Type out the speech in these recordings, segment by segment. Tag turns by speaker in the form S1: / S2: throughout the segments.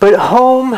S1: But home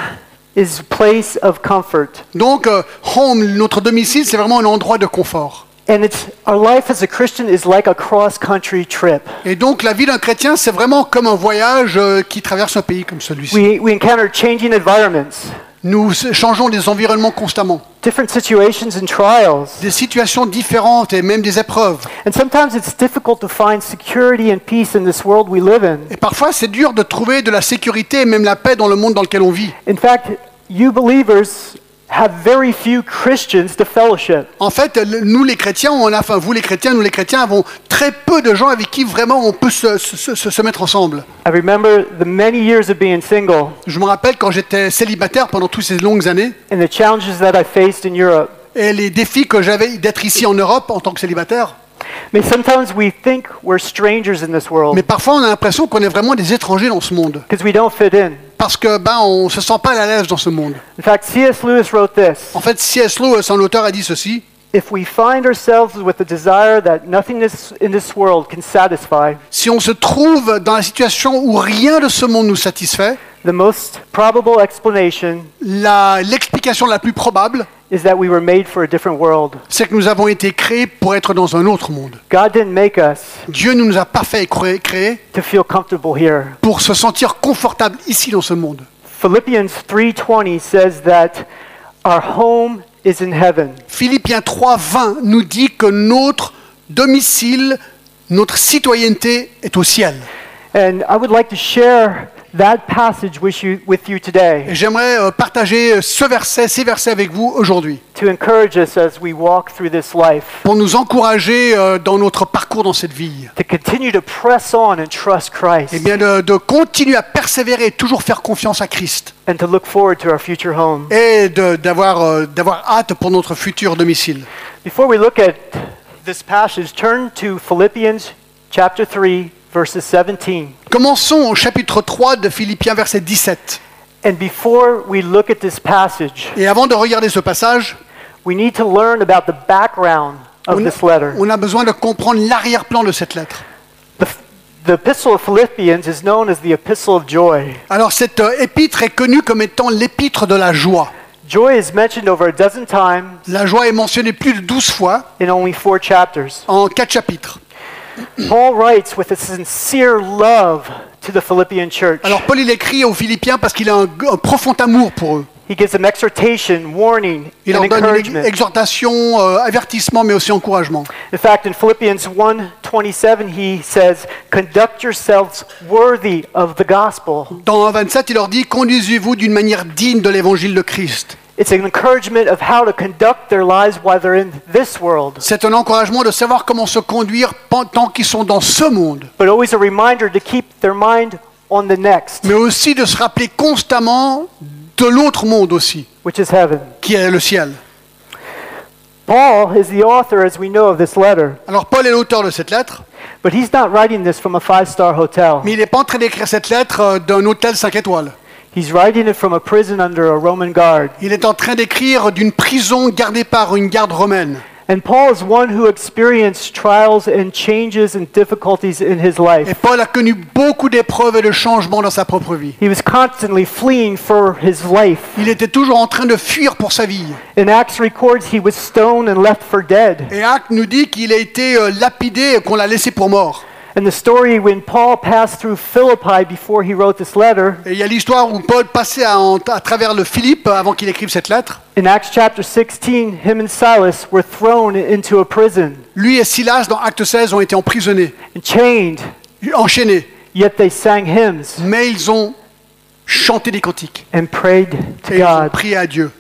S1: is a place of comfort.
S2: Donc, euh, home, notre domicile, c'est vraiment un endroit de confort.
S1: And it's our life as a Christian is like a cross-country trip.
S2: Et donc, la vie d'un chrétien, c'est vraiment comme un voyage euh, qui traverse un pays comme celui-ci.
S1: We, we encounter changing environments,
S2: Nous changeons les environnements constamment,
S1: different situations and trials.
S2: des situations différentes et même des épreuves.
S1: And sometimes it's difficult to find security and peace in this world we live in.
S2: Et parfois, c'est dur de trouver de la sécurité et même la paix dans le monde dans lequel on vit.
S1: In fact, you believers have very few Christians to fellowship.
S2: En fait, le- nous les chrétiens, on a, enfin vous les chrétiens, nous les chrétiens avons très peu de gens avec qui vraiment on peut se, se- se- se mettre ensemble.
S1: I remember the many years of being single
S2: Je me rappelle quand j'étais célibataire pendant toutes ces longues années
S1: and the challenges that I faced in Europe.
S2: et les défis que j'avais d'être ici en Europe en tant que célibataire.
S1: I mean, sometimes we think we're strangers in this world
S2: Mais parfois, on a l'impression qu'on est vraiment des étrangers dans ce monde
S1: because we don't fit in.
S2: parce que ben on se sent pas à l'aise dans ce monde.
S1: In fact, C.S. Lewis wrote this
S2: En fait, C.S. Lewis, euh, son auteur, a dit ceci
S1: If we find ourselves with a desire that nothingness in this world can satisfy,
S2: si on se trouve dans la situation où rien de ce monde nous satisfait,
S1: the most probable explanation
S2: la- l'explication la plus probable,
S1: is that we were made for a different world.
S2: c'est que nous avons été créés pour être dans un autre monde.
S1: God didn't make us
S2: Dieu ne nous a pas fait cré- créer
S1: to feel comfortable here.
S2: pour se sentir confortable ici dans ce monde.
S1: Philippians 3:20 says that our home is in heaven.
S2: Philippiens 3, 20 nous dit que notre domicile, notre citoyenneté est au ciel.
S1: And I would like to share that passage with you, with you
S2: Et
S1: today
S2: j'aimerais euh, partager euh, ce verset, ces versets avec vous aujourd'hui,
S1: to encourage us as we walk through this life
S2: pour nous encourager euh, dans notre parcours dans cette vie.
S1: to continue to press on and trust
S2: Et
S1: Christ
S2: bien de, de continuer à persévérer, et toujours faire confiance à Christ,
S1: and to look forward to our future home.
S2: et de- d'avoir euh, d'avoir hâte pour notre futur domicile.
S1: Before we look at this passage, turn to Philippians chapter 3 verses 17.
S2: Commençons au chapitre 3 de Philippiens, verset 17.
S1: And before we look at this passage,
S2: Et avant de regarder ce passage,
S1: we need to learn about the background of
S2: On a,
S1: this letter.
S2: on a besoin de comprendre l'arrière-plan de cette lettre.
S1: The, the Epistle of Philippians is known as the Epistle of Joy.
S2: Alors cette euh, épître est connue comme étant l'épître de la joie.
S1: Joy is mentioned over a dozen times
S2: La joie est mentionnée plus de 12 fois
S1: in only four chapters.
S2: en quatre chapitres.
S1: Paul writes with a sincere love to the Philippian church.
S2: Alors Paul il écrit aux Philippiens parce qu'il a un, un profond amour pour eux.
S1: He gives them exhortation, warning,
S2: Il
S1: and
S2: leur donne une
S1: encouragement.
S2: exhortation, euh, avertissement, mais aussi encouragement.
S1: in fact, in Philippians 1:27, he says, "Conduct yourselves worthy of the gospel."
S2: Dans 27, il leur dit Conduisez-vous d'une manière digne de l'évangile de Christ.
S1: It's an encouragement of how to conduct their lives while they're in this world,
S2: C'est un encouragement de savoir comment se conduire pen- tant qu'ils sont dans ce monde,
S1: but always a reminder to keep their mind on the next,
S2: mais aussi de se rappeler constamment de l'autre monde aussi,
S1: which is heaven.
S2: qui est le ciel.
S1: Paul is the author, as we know, of this letter,
S2: Alors Paul est l'auteur de cette lettre,
S1: but he's not writing this from a five star hotel.
S2: mais il n'est pas en train d'écrire cette lettre euh, d'un hôtel 5 étoiles.
S1: He's writing it from a prison under a Roman guard.
S2: Il est en train d'écrire d'une prison gardée par une garde romaine.
S1: And Paul is one who experienced trials and changes and difficulties in his
S2: Et
S1: life.
S2: Paul a connu beaucoup d'épreuves et de changements dans sa propre vie.
S1: He was constantly fleeing for his life.
S2: Il était toujours en train de fuir pour sa vie.
S1: In Acts records, he was stoned and left for dead.
S2: Et Acte nous dit qu'il a été euh, lapidé et qu'on l'a laissé pour mort.
S1: And the story when Paul passed through Philippi before he wrote this letter,
S2: Et il y a l'histoire où Paul passait à, en- à travers le Philippe euh, avant qu'il écrive cette lettre.
S1: in Acts chapter 16, him and Silas were thrown into a prison
S2: Lui et Silas, dans Acte 16, ont été emprisonnés,
S1: and chained,
S2: enchaînés.
S1: yet they sang hymns.
S2: Mais ils ont chanté des cantiques.
S1: and prayed to
S2: Et ils ont
S1: God.
S2: prié à Dieu.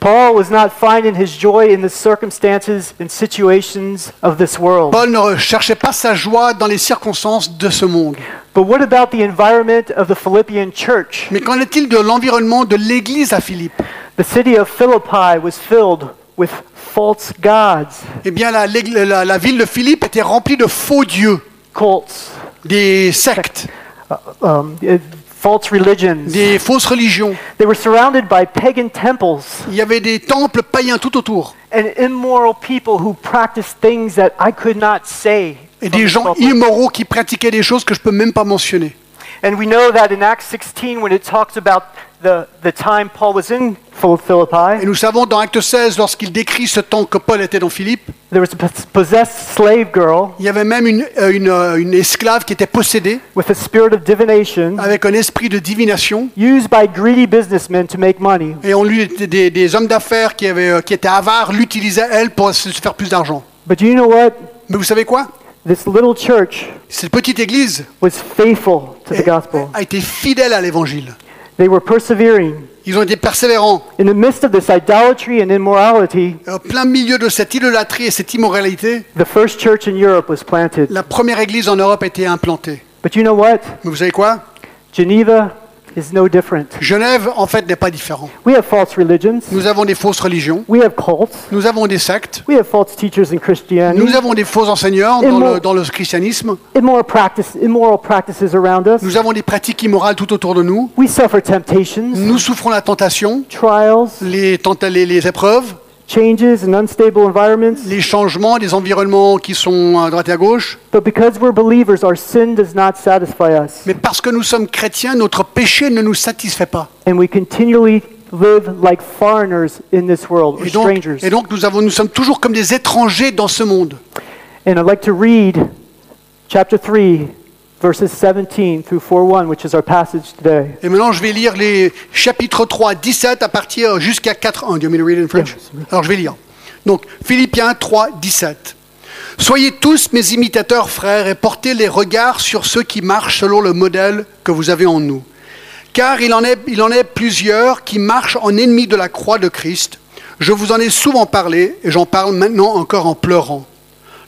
S1: Paul was not finding his joy in the circumstances and situations of this world.
S2: Paul ne recherchait pas sa joie dans les circonstances de ce monde.
S1: But what about the environment of the Philippian church?
S2: Mais qu'en est-il de l'environnement de l'église à Philippe
S1: The city of Philippi was filled with false gods,
S2: Eh bien, la, l'ég- la- la ville de Philippe était remplie de faux dieux,
S1: cults,
S2: des sectes,
S1: um, uh, false religions.
S2: des fausses religions.
S1: They were surrounded by pagan temples
S2: Il y avait des temples païens tout autour
S1: and immoral people who practiced things that I could not say.
S2: et
S1: from the
S2: des gens
S1: pulpit.
S2: immoraux qui pratiquaient des choses que je peux même pas mentionner.
S1: And we know that in Acts 16, when it talks about the, the time Paul was in Phil-
S2: Et
S1: Philippi,
S2: nous savons dans Acte 16, lorsqu'il décrit ce temps que Paul était dans Philippe,
S1: there was a pos- possessed slave girl
S2: il y avait même une, euh, une, euh, une esclave qui était possédée
S1: with a spirit of divination
S2: avec un esprit de divination.
S1: used by greedy businessmen to make money.
S2: Et on lui des, des- des hommes d'affaires qui, avaient, euh, qui étaient avares l'utilisaient, elle, pour se faire plus d'argent.
S1: But you know what?
S2: Mais vous savez quoi
S1: This little church
S2: Cette petite église
S1: was faithful to the
S2: Eh,
S1: gospel.
S2: a été fidèle à l'évangile.
S1: They were persevering.
S2: Ils ont été persévérants.
S1: In the midst of this idolatry and immorality,
S2: Au plein milieu de cette idolâtrie et cette immoralité,
S1: the first church in Europe was planted.
S2: la première église en Europe a été implantée.
S1: But you know what?
S2: Mais vous savez quoi
S1: Geneva is no different.
S2: Genève, en fait, n'est pas différent.
S1: We have false religions.
S2: Nous avons des fausses religions,
S1: We have cults.
S2: nous avons des sectes,
S1: We have false teachers in Christianity.
S2: nous avons des faux enseigneurs dans
S1: Immo-
S2: le, dans le christianisme,
S1: Immoral, practice, immoral practices around us.
S2: nous avons des pratiques immorales tout autour de nous,
S1: We suffer temptations,
S2: nous souffrons la tentation,
S1: trials,
S2: les, tenta- les, les épreuves,
S1: changes in unstable environments.
S2: les changements des environnements qui sont à droite et à gauche.
S1: But because we're believers, our sin does not satisfy us.
S2: Mais parce que nous sommes chrétiens, notre péché ne nous satisfait pas.
S1: And we continually live like foreigners in this world, or
S2: Et donc,
S1: strangers.
S2: et donc nous, avons, nous sommes toujours comme des étrangers dans ce monde.
S1: And I'd like to read chapter 3, verses 17 through 4 1, which is our passage today.
S2: Et maintenant, je vais lire les chapitres 3 à 17 à partir jusqu'à 4. Oh, do you want me to read it in French? Alors, je vais lire. Donc, Philippiens 3, 17. Soyez tous mes imitateurs, frères, et portez les regards sur ceux qui marchent selon le modèle que vous avez en nous. Car il en est, il en est plusieurs qui marchent en ennemis de la croix de Christ. Je vous en ai souvent parlé, et j'en parle maintenant encore en pleurant.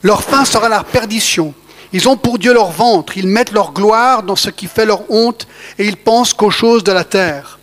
S2: Leur fin sera la perdition. Ils ont pour Dieu leur ventre, ils mettent leur gloire dans ce qui fait leur honte, et ils pensent qu'aux choses de la terre.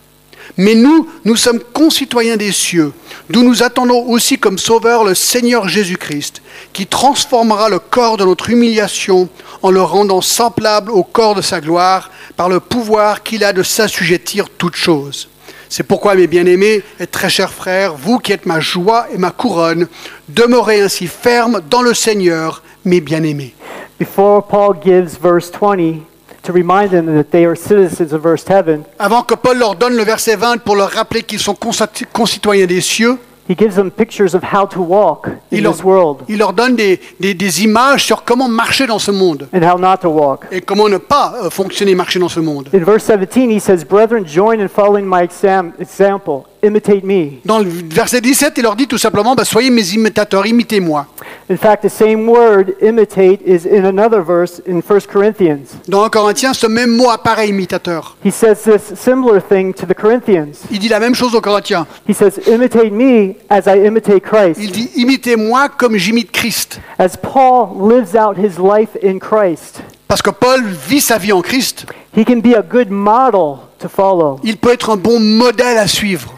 S2: Mais nous, nous sommes concitoyens des cieux, d'où nous attendons aussi comme Sauveur le Seigneur Jésus-Christ, qui transformera le corps de notre humiliation en le rendant semblable au corps de sa gloire, par le pouvoir qu'il a de s'assujettir toutes choses. C'est pourquoi, mes bien-aimés et très chers frères, vous qui êtes ma joie et ma couronne, demeurez ainsi fermes dans le Seigneur, mes bien-aimés.
S1: Before Paul gives verse 20 to remind them that they are citizens of first heaven,
S2: Avant que Paul leur donne le verset 20 pour leur rappeler qu'ils sont consati- concitoyens des cieux,
S1: he gives them pictures of how to walk in
S2: il leur,
S1: this world
S2: il leur donne des, des- des images sur comment marcher dans ce monde
S1: and how not to walk.
S2: et comment ne pas euh, fonctionner, marcher dans ce monde.
S1: In verse 17, he says, Brethren, join in following my exam- example. Imitate me.
S2: Dans le verset 17, il leur dit tout simplement, Bah, soyez mes imitateurs, imitez-moi.
S1: In fact, the same word, imitate, is in another verse in 1 Corinthians.
S2: Dans 1 Corinthiens, ce même mot apparaît imitateur.
S1: He says this similar thing to the Corinthians.
S2: Il dit la même chose aux Corinthiens.
S1: He says, Imitate me as I imitate
S2: Il
S1: Christ.
S2: dit imitez-moi comme j'imite Christ.
S1: As Paul lives out his life in Christ,
S2: Parce que Paul vit sa vie en Christ.
S1: he can be a good model to follow.
S2: Il peut être un bon modèle à suivre.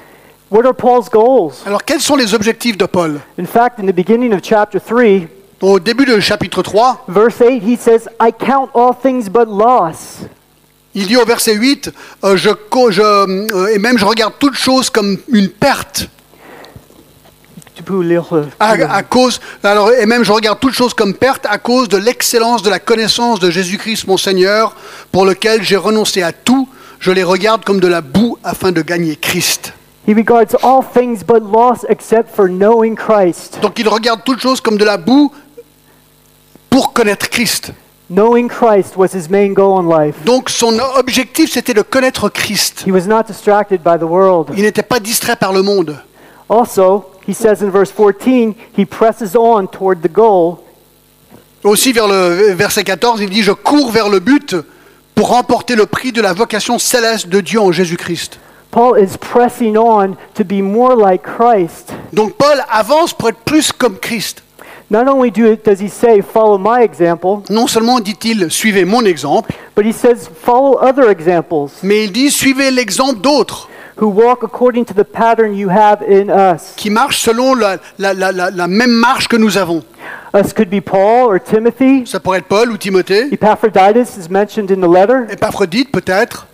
S1: What are Paul's goals?
S2: Alors quels sont les objectifs de Paul
S1: In fact, in the beginning of chapter 3,
S2: Au début du chapitre 3,
S1: verse 8, he says, I count all things but loss.
S2: il dit au verset 8, euh, je, co- je, euh, et même je regarde toute chose comme une perte.
S1: Tu peux lire, euh,
S2: À, à cause, alors, et même je regarde toute chose comme perte à cause de l'excellence de la connaissance de Jésus-Christ mon Seigneur, pour lequel j'ai renoncé à tout, je les regarde comme de la boue afin de gagner Christ.
S1: He regards all things but loss except for knowing Christ.
S2: Donc il regarde toute chose comme de la boue pour connaître Christ.
S1: Knowing Christ was his main goal in life.
S2: Donc son objectif c'était de connaître Christ.
S1: He was not distracted by the world.
S2: Il n'était pas distrait par le monde.
S1: Also, he says in verse 14, he presses on toward the goal
S2: Aussi vers le verset 14, il dit je cours vers le but pour remporter le prix de la vocation céleste de Dieu en Jésus-Christ.
S1: Paul is pressing on to be more like Christ.
S2: Donc Paul avance pour être plus comme Christ.
S1: Not only do, does he say, follow my example,
S2: Non seulement dit-il suivez mon exemple,
S1: but he says, follow other examples
S2: mais il dit suivez l'exemple d'autres
S1: who walk according to the pattern you have in us.
S2: qui marchent selon la, la- la- la- la même marche que nous avons.
S1: Us could be Paul or Timothy.
S2: Ça pourrait être Paul ou Timothée,
S1: Epaphroditus is mentioned in the letter,
S2: Épaphrodite peut-être,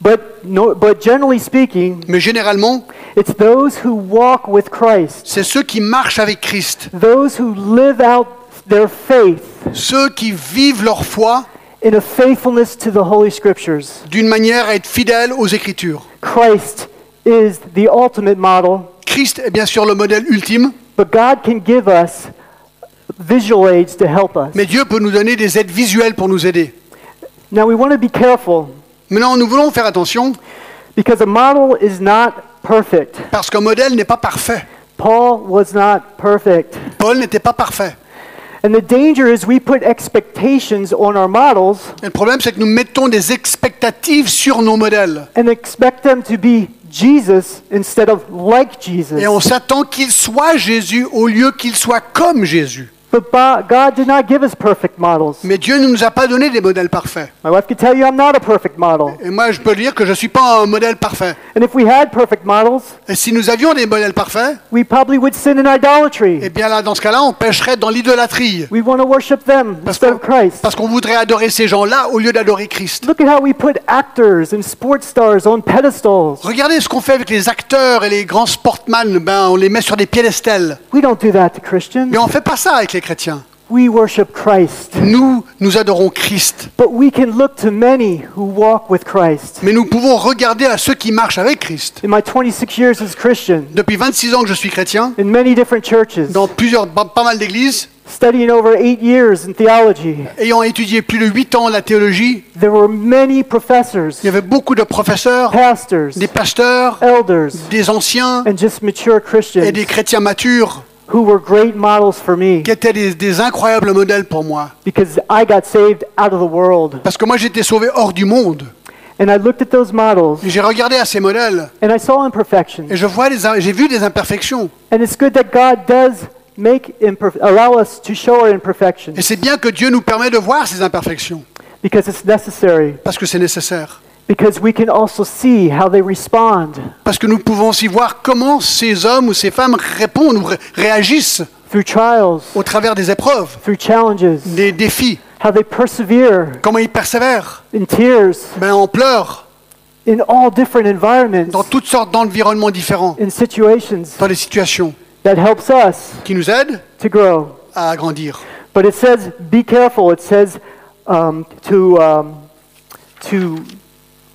S1: but, no, but generally speaking,
S2: mais généralement
S1: it's those who walk with Christ,
S2: c'est ceux qui marchent avec Christ,
S1: those who live out their faith
S2: ceux qui vivent leur foi
S1: in a faithfulness to the Holy Scriptures.
S2: d'une manière à être fidèles aux Écritures.
S1: Christ is the ultimate model,
S2: Christ est bien sûr le modèle ultime,
S1: but God can give us visual aids to help us.
S2: mais Dieu peut nous donner des aides visuelles pour nous aider.
S1: Now we want to be careful
S2: Maintenant, nous voulons faire attention
S1: because a model is not perfect.
S2: parce qu'un modèle n'est pas parfait.
S1: Paul was not perfect.
S2: Paul n'était pas parfait.
S1: And the danger is we put expectations on our models
S2: Et le problème, c'est que nous mettons des expectatives sur nos modèles.
S1: and expect them to be Jesus instead of like Jesus.
S2: Et on s'attend qu'il soit Jésus au lieu qu'il soit comme Jésus.
S1: But Bo- God did not give us perfect models.
S2: Mais Dieu ne nous a pas donné des modèles parfaits.
S1: My wife could tell you I'm not a perfect model.
S2: Et moi, je peux dire que je ne suis pas un modèle parfait.
S1: And if we had perfect models,
S2: Et si nous avions des modèles parfaits,
S1: we probably would sin in
S2: eh
S1: idolatry.
S2: bien là, dans ce cas-là, on pêcherait dans l'idolâtrie.
S1: We want to worship them
S2: Parce
S1: instead
S2: qu'on
S1: of Christ.
S2: parce qu'on voudrait adorer ces gens-là au lieu d'adorer Christ.
S1: Look at how we put actors and sports stars on pedestals.
S2: Regardez ce qu'on fait avec les acteurs et les grands sportman. Ben, on les met sur des piédestals.
S1: We don't do that to Christians.
S2: Mais on ne fait pas ça avec les chrétiens.
S1: We worship Christ.
S2: Nous, nous adorons Christ.
S1: But we can look to many who walk with Christ.
S2: Mais nous pouvons regarder à ceux qui marchent avec Christ.
S1: In my 26 years as a Christian,
S2: Depuis 26 ans que je suis chrétien,
S1: in many different churches,
S2: dans plusieurs, pas pas mal d'églises,
S1: studying over eight years in theology,
S2: ayant étudié plus de 8 ans la théologie,
S1: there were many professors,
S2: il y avait beaucoup de professeurs,
S1: pastors,
S2: des pasteurs,
S1: elders,
S2: des anciens
S1: and just mature
S2: et des
S1: Christians
S2: chrétiens matures
S1: who were great models for me
S2: qui étaient des, des incroyables modèles pour moi.
S1: because I got saved out of the world.
S2: Parce que moi, j'étais sauvé hors du monde.
S1: And I looked at those models
S2: Et J'ai regardé à ces modèles
S1: and I saw imperfections.
S2: et je vois les, im- j'ai vu des imperfections.
S1: And it's good that God does make imperf- allow us to show our
S2: Et
S1: imperfections
S2: c'est bien que Dieu nous permet de voir ces imperfections
S1: because it's necessary.
S2: parce que c'est nécessaire.
S1: Because we can also see how they respond
S2: Parce que nous pouvons aussi voir comment ces hommes ou ces femmes répondent ou ré- réagissent
S1: through trials,
S2: au travers des épreuves,
S1: through challenges,
S2: des défis,
S1: how they persevere
S2: comment ils persévèrent,
S1: in tears,
S2: ben, en pleurs,
S1: in all different environments,
S2: dans toutes sortes d'environnements différents,
S1: in situations
S2: dans des situations
S1: that helps us
S2: qui nous aident
S1: to grow.
S2: à grandir.
S1: But it says, be careful. It says um, to um, to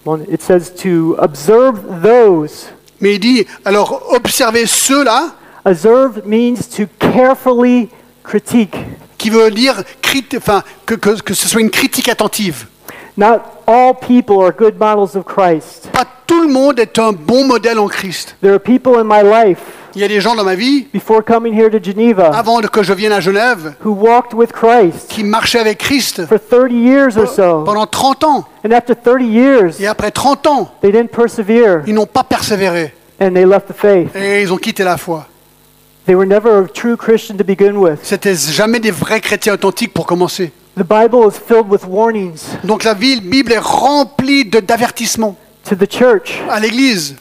S1: well, it says to observe those.
S2: Mais il dit, alors observez ceux-là,
S1: Observe means to carefully critique.
S2: qui veut dire crit- enfin, que, que- que ce soit une critique attentive.
S1: Not all people are good models of Christ.
S2: Pas tout le monde est un bon modèle en Christ.
S1: There are people in my life
S2: Il y a des gens dans ma vie,
S1: before coming here to Geneva
S2: avant que je vienne à Genève,
S1: who walked with Christ
S2: qui marchaient avec Christ
S1: for 30 years or so.
S2: pendant 30 ans.
S1: And after 30 years,
S2: Et après 30 ans,
S1: they didn't persevere
S2: ils n'ont pas persévéré
S1: and they left the faith.
S2: et ils ont quitté la foi.
S1: They were never a true Christian to begin with.
S2: C'était jamais des vrais chrétiens authentiques pour commencer.
S1: The Bible is filled with warnings
S2: Donc la ville- Bible est remplie de- d'avertissements
S1: to the church
S2: à l'Église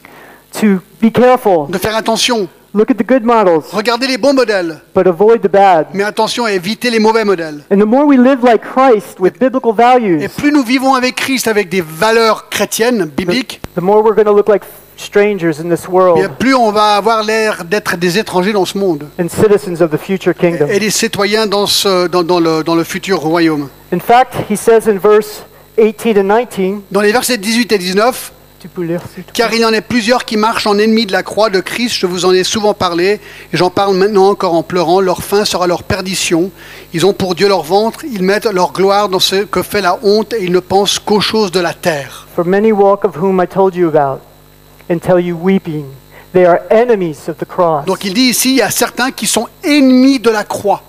S1: to be careful,
S2: de faire attention,
S1: look at the good models,
S2: regardez les bons modèles,
S1: but avoid the bad.
S2: mais attention à éviter les mauvais modèles.
S1: And the more we live like Christ with biblical
S2: Et
S1: values,
S2: plus nous vivons avec Christ, avec des valeurs chrétiennes, bibliques,
S1: the more we're going to look like strangers in this
S2: bien
S1: world
S2: plus on va avoir l'air d'être des étrangers dans ce monde
S1: and citizens of the future kingdom.
S2: et des citoyens dans, ce- dans- dans le, dans le futur royaume.
S1: In fact, he says in verse 18 and 19,
S2: Dans les versets 18 et 19,
S1: Tu peux lire, s'il te plaît.
S2: Car il y en a plusieurs qui marchent en ennemis de la croix de Christ, je vous en ai souvent parlé, et j'en parle maintenant encore en pleurant, leur fin sera leur perdition. Ils ont pour Dieu leur ventre, ils mettent leur gloire dans ce que fait la honte, et ils ne pensent qu'aux choses de la terre.
S1: For many walk of whom I told you about, and tell you weeping, they are enemies of the cross.
S2: Donc il dit ici, il y a certains qui sont ennemis de la croix.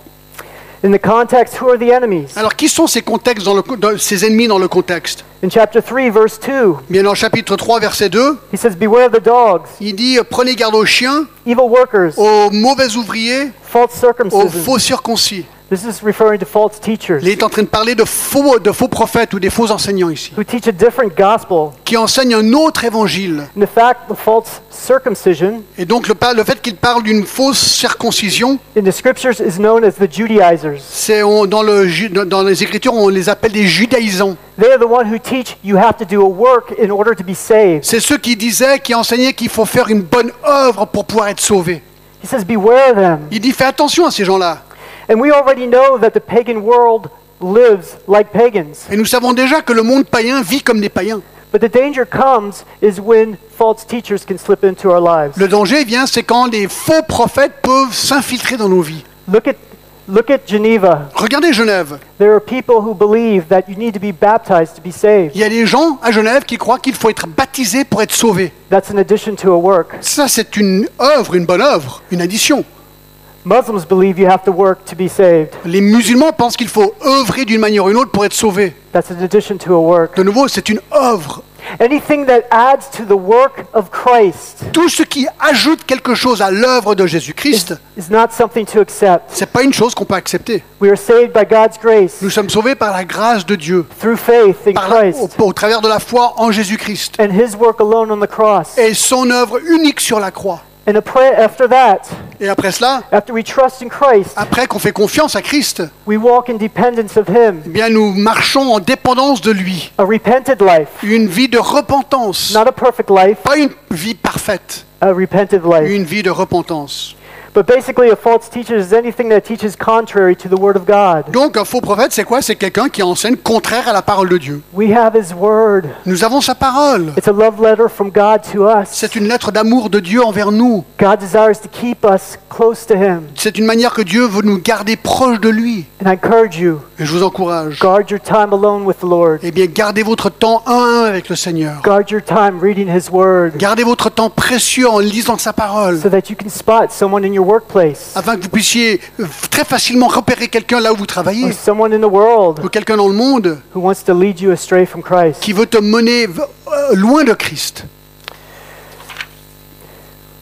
S1: In the context, who are the enemies?
S2: Alors qui sont ces, contextes dans le, dans- ces ennemis dans le contexte
S1: In chapter 3, verse 2,
S2: Bien dans le chapitre 3, verset 2,
S1: he says, Beware the dogs,
S2: il dit, prenez garde aux chiens,
S1: evil workers,
S2: aux mauvais ouvriers,
S1: false
S2: aux
S1: circumcision.
S2: faux circoncis.
S1: This is referring to false teachers
S2: Il est en train de parler de faux, de faux prophètes ou des faux enseignants ici.
S1: who teach a different gospel.
S2: qui enseigne un autre évangile.
S1: In fact, the false circumcision
S2: Et donc le, pa- le fait qu'il parle d'une fausse circoncision,
S1: in the scriptures is known as the Judaizers.
S2: c'est on- dans, le ju- dans- dans les Écritures, on les appelle des judaïsants.
S1: They are the one who teach you have to do a work in order to be saved.
S2: C'est ceux qui disaient, qui enseignaient qu'il faut faire une bonne œuvre pour pouvoir être sauvé.
S1: He says, Beware them.
S2: Il dit, fais attention à ces gens-là.
S1: And we already know that the pagan world lives like pagans.
S2: Et nous savons déjà que le monde païen vit comme des païens.
S1: But the danger comes is when false teachers can slip into our lives.
S2: Le danger vient, c'est quand les faux prophètes peuvent s'infiltrer dans nos vies.
S1: Look at look at Geneva.
S2: Regardez Genève.
S1: There are people who believe that you need to be baptized to be saved.
S2: Il y a des gens à Genève qui croient qu'il faut être baptisé pour être sauvé.
S1: That's an addition to a work.
S2: Ça, c'est une œuvre, une bonne œuvre, une addition.
S1: Muslims believe you have to work to be saved.
S2: Les musulmans pensent qu'il faut œuvrer d'une manière ou une autre pour être sauvé.
S1: That's an addition to a work.
S2: De nouveau, c'est une œuvre.
S1: Anything that adds to the work of Christ
S2: Tout ce qui ajoute quelque chose à l'œuvre de Jésus-Christ,
S1: is not something to accept.
S2: c'est pas une chose qu'on peut accepter.
S1: We are saved by God's grace
S2: Nous sommes sauvés par la grâce de Dieu,
S1: through faith in
S2: par la- au,
S1: Christ
S2: au travers de la foi en Jésus-Christ
S1: and his work alone on the cross.
S2: et son œuvre unique sur la croix.
S1: And a prayer after that,
S2: Et après cela,
S1: after we trust in Christ,
S2: après qu'on fait confiance à Christ,
S1: we walk in dependence of him,
S2: eh bien nous marchons en dépendance de lui,
S1: a repented life,
S2: une vie de repentance,
S1: not a perfect life,
S2: pas une vie parfaite,
S1: a repented life.
S2: une vie de repentance.
S1: But basically, a false teacher is anything that teaches contrary to the Word of God.
S2: Donc un faux prophète, c'est quoi C'est quelqu'un qui enseigne contraire à la parole de Dieu.
S1: We have His Word.
S2: Nous avons sa parole.
S1: It's a love letter from God to us.
S2: C'est une lettre d'amour de Dieu envers nous.
S1: God desires to keep us close to Him.
S2: C'est une manière que Dieu veut nous garder proche de lui.
S1: And I encourage you,
S2: Et je vous encourage.
S1: guard your time alone with the Lord.
S2: Eh bien, gardez votre temps un à un avec le Seigneur.
S1: Guard your time reading His Word
S2: Gardez votre temps précieux en lisant sa parole,
S1: so that you can spot someone in your workplace
S2: afin que vous puissiez euh, très facilement repérer quelqu'un là où vous travaillez,
S1: or someone in the world
S2: ou quelqu'un dans le monde
S1: who wants to lead you astray from Christ.
S2: qui veut te mener v- euh, loin de Christ.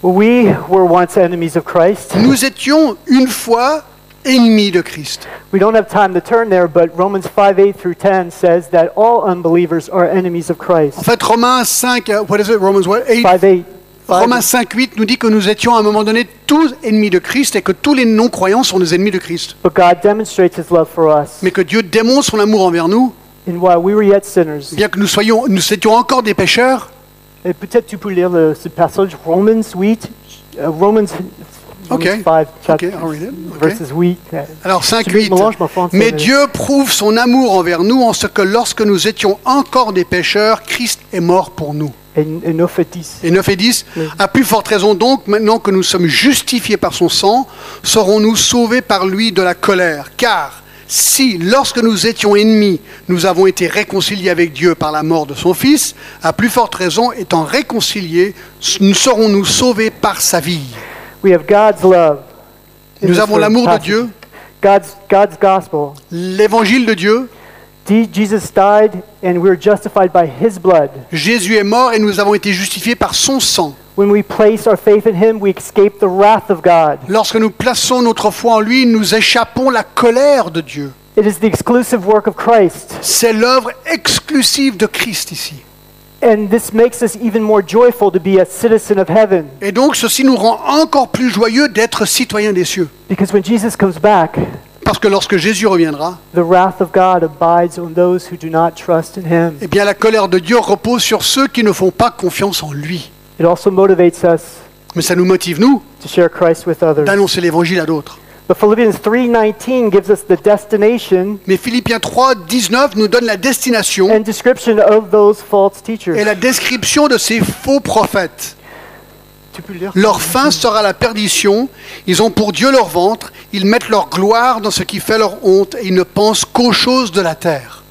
S1: We were once enemies of Christ.
S2: Nous étions une fois ennemis de Christ.
S1: We don't have time to turn there, but Romans 5 8 through 10 says that all unbelievers are enemies of Christ.
S2: En fait, Romains 5, euh, what is it, Romans what, eight?
S1: 5 8.
S2: Romains 5, 8 nous dit que nous étions à un moment donné tous ennemis de Christ et que tous les non-croyants sont des ennemis de Christ.
S1: But God demonstrates his love for us.
S2: Mais que Dieu démontre son amour envers nous,
S1: And while we were yet sinners,
S2: bien que nous soyons, nous étions encore des pécheurs.
S1: et peut-être tu peux lire le, ce passage, Romans 8, euh, Romans,
S2: Ok.
S1: Romans 5,
S2: Ok,
S1: chapter,
S2: I'll read it. Ok.
S1: verses 8. euh,
S2: Alors 5,
S1: Celui qui
S2: 8.
S1: mélange ma France,
S2: Mais
S1: euh,
S2: Dieu prouve son amour envers nous en ce que lorsque nous étions encore des pécheurs, Christ est mort pour nous.
S1: Et, et 9 et 10.
S2: Et 9 et 10. À plus forte raison donc, maintenant que nous sommes justifiés par son sang, serons-nous sauvés par lui de la colère. Car si, lorsque nous étions ennemis, nous avons été réconciliés avec Dieu par la mort de son Fils, à plus forte raison, étant réconciliés, nous serons-nous sauvés par sa vie.
S1: We have God's love. in
S2: Nous
S1: this
S2: avons
S1: first
S2: l'amour de
S1: passage.
S2: Dieu,
S1: God's, God's gospel.
S2: l'évangile de Dieu.
S1: D- Jesus died and we are justified by his blood.
S2: Jésus est mort et nous avons été justifiés par son sang.
S1: When we place our faith in him, we escape the wrath of God.
S2: Lorsque nous plaçons notre foi en lui, nous échappons la colère de Dieu.
S1: It is the exclusive work of Christ.
S2: C'est l'œuvre exclusive de Christ ici.
S1: And this makes us even more joyful to be a citizen of heaven.
S2: Et donc ceci nous rend encore plus joyeux d'être citoyens des cieux.
S1: Because when Jesus comes back,
S2: Parce que lorsque Jésus reviendra,
S1: the wrath of God abides on those who do not trust in him.
S2: eh bien la colère de Dieu repose sur ceux qui ne font pas confiance en lui.
S1: It also motivates us
S2: Mais ça nous motive, nous,
S1: to share Christ with others.
S2: d'annoncer l'évangile à d'autres.
S1: But Philippians 3:19 gives us the destination
S2: Mais Philippiens 3, 19 nous donne la destination
S1: and description of those false
S2: et
S1: teachers.
S2: la description de ces faux prophètes. Leur fin sera la perdition. Ils ont pour Dieu leur ventre. Ils mettent leur gloire dans ce qui fait leur honte. Et ils ne pensent qu'aux choses de la terre.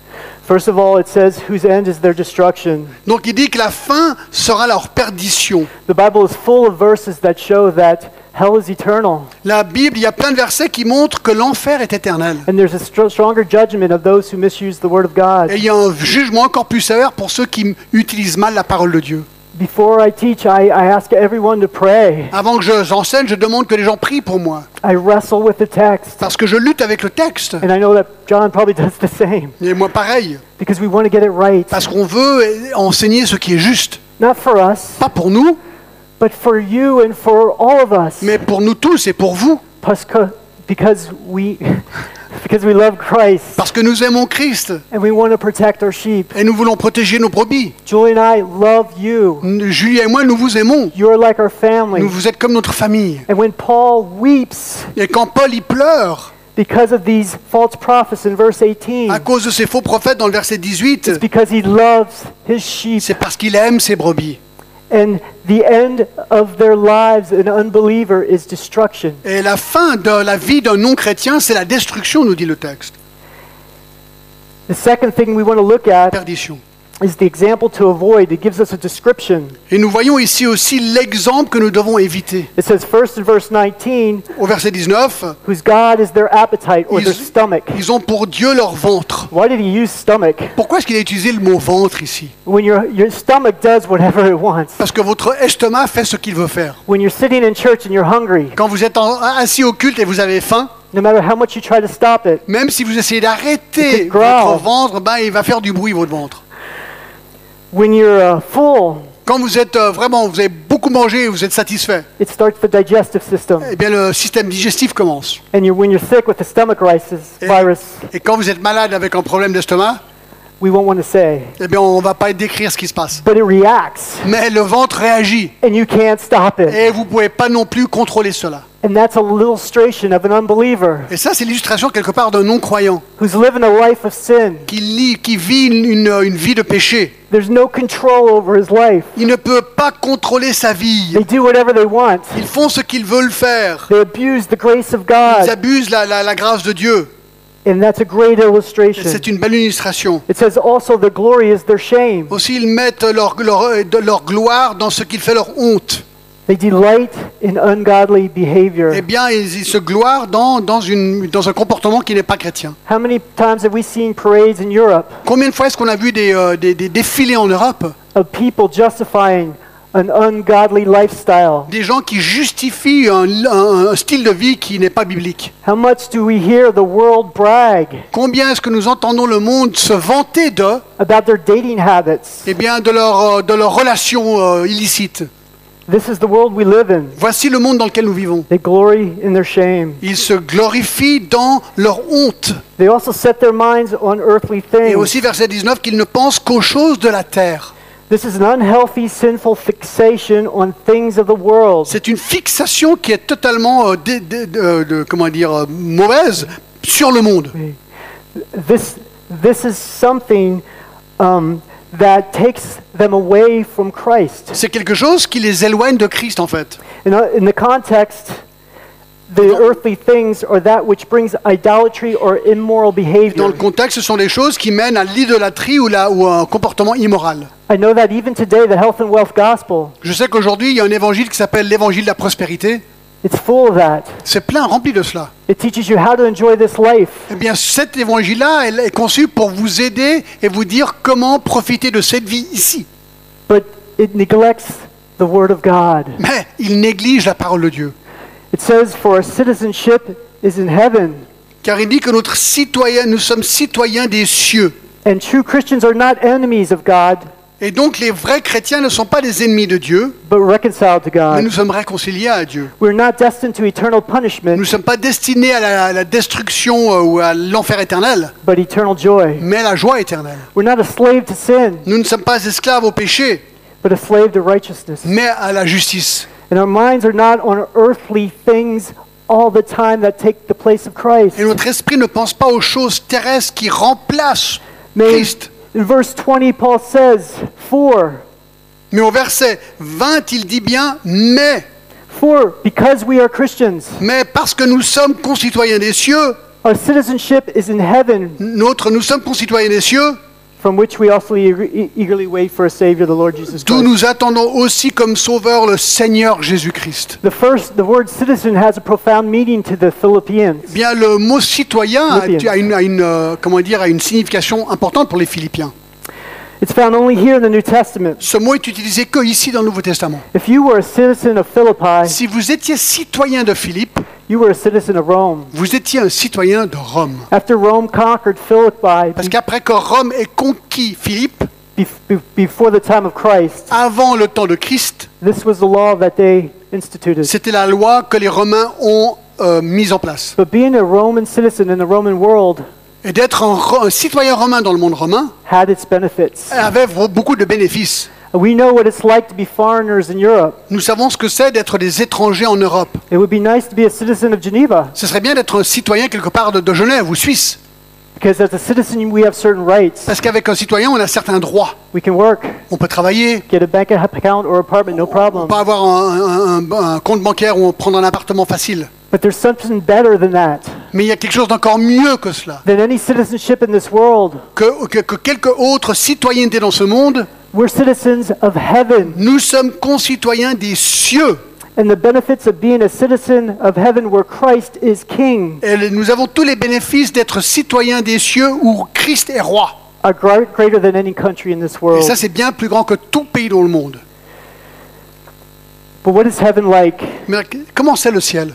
S1: First of all, it says whose end is their destruction.
S2: Donc il dit que la fin sera leur perdition.
S1: The Bible is full of verses that show that hell is eternal
S2: La Bible, il y a plein de versets qui montrent que l'enfer est éternel.
S1: and there's a str- stronger judgment of those who misuse the word of God.
S2: Et il y a un jugement encore plus sévère pour ceux qui utilisent mal la parole de Dieu.
S1: Before I teach, I, I ask everyone to pray.
S2: Avant que je- j'enseigne, je demande que les gens prient pour moi.
S1: I wrestle with the text.
S2: Parce que je lutte avec le texte.
S1: And I know that John probably does the same
S2: Et moi pareil.
S1: because we want to get it right.
S2: Parce qu'on veut eh, enseigner ce qui est juste.
S1: Not for us,
S2: Pas pour nous,
S1: but for you and for all of us.
S2: mais pour nous tous et pour vous.
S1: Parce que- Because we, because we love Christ
S2: Parce que nous aimons Christ.
S1: and we want to protect our sheep.
S2: et nous voulons protéger nos brebis.
S1: Julie and I love you.
S2: N- Julie et moi, nous vous aimons.
S1: You're like our
S2: Nous
S1: family.
S2: vous êtes comme notre famille.
S1: And when Paul weeps,
S2: Et quand Paul y pleure,
S1: because of these false prophets in verse 18.
S2: À cause de ces faux prophètes dans le verset 18,
S1: It's because he loves his sheep,
S2: c'est parce qu'il aime ses brebis.
S1: and the end of their lives, an unbeliever, is destruction.
S2: Et la fin de la vie d'un non-chrétien, c'est la destruction, nous dit le texte.
S1: The second thing we want to look at
S2: Perdition.
S1: is the example to avoid. It gives us a description.
S2: Et nous voyons ici aussi l'exemple que nous devons éviter.
S1: It says, first in verse 19,
S2: Au verset 19,
S1: whose God is their appetite or their
S2: ils,
S1: stomach.
S2: ils ont pour Dieu leur ventre.
S1: Why did he use stomach?
S2: Pourquoi est-ce qu'il a utilisé le mot ventre ici
S1: When your, your stomach does whatever it wants.
S2: Parce que votre estomac fait ce qu'il veut faire.
S1: When you're sitting in church and you're hungry,
S2: Quand vous êtes en- assis au culte et vous avez faim,
S1: no matter how much you try to stop it,
S2: même si vous essayez d'arrêter
S1: It's growl.
S2: votre ventre, ben, il va faire du bruit, votre ventre.
S1: when you're uh, full,
S2: Quand vous êtes euh, vraiment, vous avez beaucoup mangé et vous êtes satisfait,
S1: it starts the digestive system.
S2: eh bien le système digestif commence.
S1: And you're, when you're sick with the stomach virus, virus,
S2: Et quand vous êtes malade avec un problème d'estomac,
S1: we won't want to say,
S2: eh bien on va pas décrire ce qui se passe.
S1: but it reacts
S2: Mais le ventre réagit
S1: and you can't stop it.
S2: et vous pouvez pas non plus contrôler cela.
S1: And that's a illustration of an unbeliever
S2: Et ça, c'est l'illustration quelque part d'un non-croyant
S1: who's living a life of sin.
S2: qui, lit- qui vit une, une- une vie de péché.
S1: There's no control over his life.
S2: Il ne peut pas contrôler sa vie.
S1: They do whatever they want.
S2: Ils font ce qu'ils veulent faire.
S1: They abuse the grace of
S2: Ils
S1: God.
S2: abusent la, la- la grâce de Dieu.
S1: And that's a great
S2: Et
S1: illustration.
S2: C'est une belle illustration.
S1: It says also their glory is their shame.
S2: Aussi, ils mettent leur, leur- euh, de leur gloire dans ce qu'ils fait leur honte.
S1: They delight in ungodly
S2: Eh
S1: behavior.
S2: bien, ils, ils se gloirent dans, dans une- dans un comportement qui n'est pas chrétien.
S1: How many times have we seen parades in Europe
S2: Combien de fois est-ce qu'on a vu des, euh, des- des défilés en Europe
S1: of people justifying an ungodly lifestyle?
S2: Des gens qui justifient un, un- un style de vie qui n'est pas biblique.
S1: How much do we hear the world brag
S2: Combien est-ce que nous entendons le monde se vanter de,
S1: about their dating habits?
S2: eh bien, de leurs euh, de leurs relations euh, illicites
S1: This is the world we live in.
S2: Voici le monde dans lequel nous vivons.
S1: They glory in their shame.
S2: Ils se glorifient dans leur honte.
S1: They also set their minds on earthly
S2: Et
S1: things.
S2: aussi verset 19, qu'ils ne pensent qu'aux choses de la terre.
S1: This is an unhealthy, sinful fixation on things of the world.
S2: C'est une fixation qui est totalement euh, dé- dé- euh, de- comment dire, euh, mauvaise sur le monde.
S1: This, this is something um, that takes them away from Christ.
S2: C'est quelque chose qui les éloigne de Christ en fait.
S1: In, o- in the context, the earthly things are that which brings idolatry or immoral
S2: Dans le
S1: behavior.
S2: contexte, ce sont des choses qui mènent à l'idolâtrie ou, la- ou à un comportement immoral.
S1: I know that even today, the health and wealth gospel,
S2: Je sais qu'aujourd'hui, il y a un évangile qui s'appelle l'évangile de la prospérité.
S1: it's full of that.
S2: C'est plein, rempli de cela.
S1: It teaches you how to enjoy this life.
S2: Eh bien, cet évangile-là, elle est conçu pour vous aider et vous dire comment profiter de cette vie ici.
S1: but it neglects the Word of God.
S2: Mais il néglige la parole de Dieu.
S1: It says, For our citizenship is in heaven,
S2: Car il dit que notre citoyen, nous sommes citoyens des cieux.
S1: and true Christians are not enemies of God,
S2: Et donc les vrais chrétiens ne sont pas des ennemis de Dieu,
S1: but reconciled to
S2: mais
S1: God.
S2: nous sommes réconciliés à Dieu.
S1: We're not destined to eternal
S2: Nous ne
S1: punishment,
S2: sommes pas destinés à la, à la destruction euh, ou à l'enfer éternel,
S1: but eternal joy.
S2: mais à la joie éternelle.
S1: We're not a slave to sin,
S2: Nous ne sommes pas esclaves au péché,
S1: but a slave to righteousness.
S2: mais à la justice.
S1: And our minds are not on earthly things all the time that take the place of Christ.
S2: Et notre esprit ne pense pas aux choses terrestres qui remplacent
S1: Mais
S2: Christ.
S1: in verse 20, Paul says, For,
S2: Mais au verset 20, il dit bien, mais,
S1: for, because we are Christians,
S2: mais parce que nous sommes concitoyens des cieux,
S1: our citizenship is in heaven.
S2: notre, nous sommes concitoyens des cieux,
S1: from which we also eager- e-, eagerly wait for a Savior, the Lord Jesus
S2: d'où
S1: Christ.
S2: nous attendons aussi comme sauveur le Seigneur Jésus-Christ.
S1: The first, the word citizen has a profound meaning to the Philippians.
S2: Eh Bien, le mot citoyen a,
S1: Philippiens.
S2: a une, a une, euh, comment dire, a une signification importante pour les Philippiens.
S1: It's found only here in the New Testament.
S2: Ce mot est utilisé que ici dans le Nouveau Testament.
S1: If you were a citizen of Philippi,
S2: Si vous étiez citoyen de Philippe,
S1: you were a citizen of Rome.
S2: vous étiez un citoyen de Rome.
S1: After Rome conquered Philippi
S2: Parce
S1: be-
S2: qu'après que Rome ait conquis Philippe,
S1: be- before the time of Christ,
S2: avant le temps de Christ,
S1: this was the law that they instituted.
S2: c'était la loi que les Romains ont euh, mise en place.
S1: But being a Roman citizen in the Roman world
S2: Et d'être un, Ro- un citoyen romain dans le monde romain
S1: had its benefits.
S2: avait vo- beaucoup de bénéfices.
S1: We know what it's like to be foreigners in Europe.
S2: Nous savons ce que c'est d'être des étrangers en Europe.
S1: It would be nice to be a citizen of Geneva,
S2: Ce serait bien d'être un citoyen quelque part de, de Genève ou Suisse,
S1: because as a citizen, we have certain rights.
S2: parce qu'avec un citoyen, on a certains droits.
S1: We can work,
S2: On peut travailler,
S1: get a bank account or apartment, no problem.
S2: pas avoir un, un- un- un compte bancaire ou prendre un appartement facile.
S1: But there's something better than that,
S2: Mais il y a quelque chose d'encore mieux que cela,
S1: than any citizenship in this world.
S2: que, que, que quelque autre citoyenneté dans ce monde.
S1: We're citizens of heaven,
S2: Nous sommes concitoyens des cieux.
S1: and the benefits of being a citizen of heaven where Christ is king
S2: Et nous avons tous les bénéfices d'être citoyens des cieux où Christ est roi.
S1: are gr- greater than any country in this
S2: Et
S1: world.
S2: ça, c'est bien plus grand que tout pays dans le monde.
S1: But what is heaven like?
S2: Mais comment c'est le ciel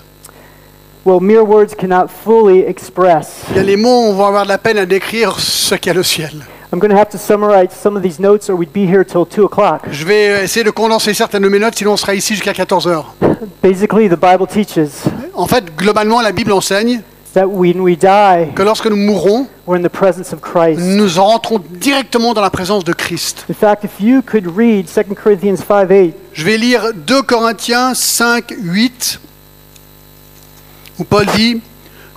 S1: Well, mere words cannot fully express.
S2: Il y a les mots, on va avoir de la peine à décrire ce qu'est le ciel.
S1: I'm going to have to summarize some of these notes, or we'd be here till 2 o'clock.
S2: Je vais essayer de condenser certaines de mes notes, sinon on sera ici jusqu'à 14 heures.
S1: Basically, the Bible teaches
S2: En fait, globalement, la Bible enseigne
S1: that when we die,
S2: que lorsque nous mourrons,
S1: we're in the presence of Christ.
S2: nous rentrons directement dans la présence de Christ.
S1: In fact, if you could read 2 Corinthians 5 8,
S2: Je vais lire 2 Corinthiens 5, 8, où Paul dit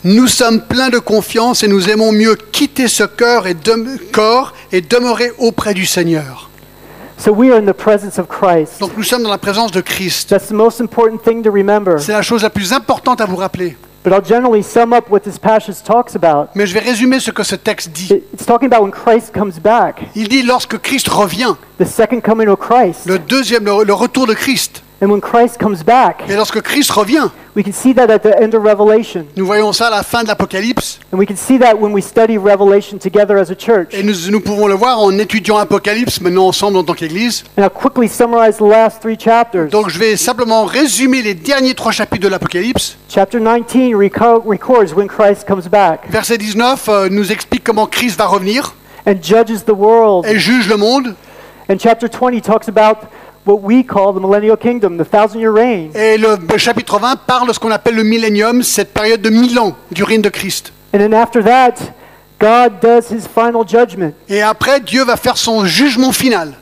S2: Nous sommes pleins de confiance et nous aimons mieux quitter ce cœur et dem- corps et demeurer auprès du Seigneur.
S1: so we are in the presence of Christ.
S2: Donc nous sommes dans la présence de Christ.
S1: That's the most important thing to remember.
S2: C'est la chose la plus importante à vous rappeler.
S1: But I'll generally sum up what this passage talks about.
S2: Mais je vais résumer ce que ce texte dit.
S1: It- It's talking about when Christ comes back,
S2: Il dit lorsque Christ revient,
S1: the second coming of Christ.
S2: le deuxième, le, le retour de Christ.
S1: And when Christ comes back,
S2: Et lorsque Christ revient,
S1: we can see that at the end of Revelation.
S2: nous voyons ça à la fin de l'Apocalypse.
S1: And we can see that when we study Revelation together as a church.
S2: Et
S1: And
S2: nous, nous pouvons le voir en étudiant Apocalypse maintenant ensemble en tant qu'Église.
S1: I'll quickly summarize the last three chapters.
S2: Donc je vais simplement résumer les derniers trois chapitres de l'Apocalypse.
S1: Chapter 19 reco- records when Christ comes back
S2: Verset 19 euh, nous explique comment Christ va revenir
S1: and judges the world.
S2: et juge le monde.
S1: And chapter 20 talks about what we call the millennial kingdom, the thousand year reign.
S2: Et le le chapitre 20 parle de ce qu'on appelle le millénium, cette période de mille ans du règne de Christ.
S1: And then after that, God does his final judgment.
S2: Et après, Dieu va faire son jugement final.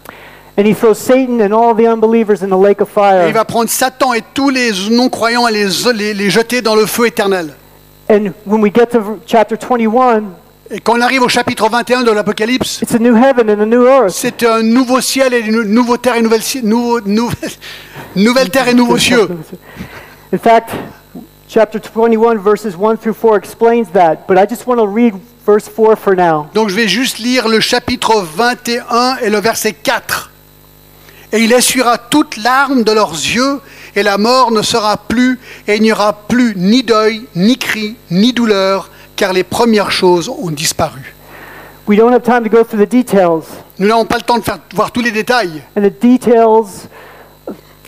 S1: And he throws Satan and all the unbelievers in the lake of
S2: Et
S1: fire.
S2: il va prendre Satan et tous les non-croyants et les, les, les jeter dans le feu éternel.
S1: And when we get to v- chapter 21,
S2: Et quand on arrive au chapitre 21 de l'Apocalypse,
S1: it's a new heaven and a new earth.
S2: c'est un nouveau ciel et une nouveau terre et nouvelle, ci- nouveau, nouvelle, nouvelle terre et nouveaux cieux.
S1: In fact, chapter 21, verses 1 through 4 explains that, but I just want to read verse 4 for now.
S2: Donc je vais juste lire le chapitre 21 et le verset 4. Et il essuiera toutes larmes de leurs yeux, et la mort ne sera plus, et il n'y aura plus ni deuil, ni cri, ni douleur, car les premières choses ont disparu.
S1: We don't have time to go through the details,
S2: Nous n'avons pas le temps de faire, voir tous les détails.
S1: and the details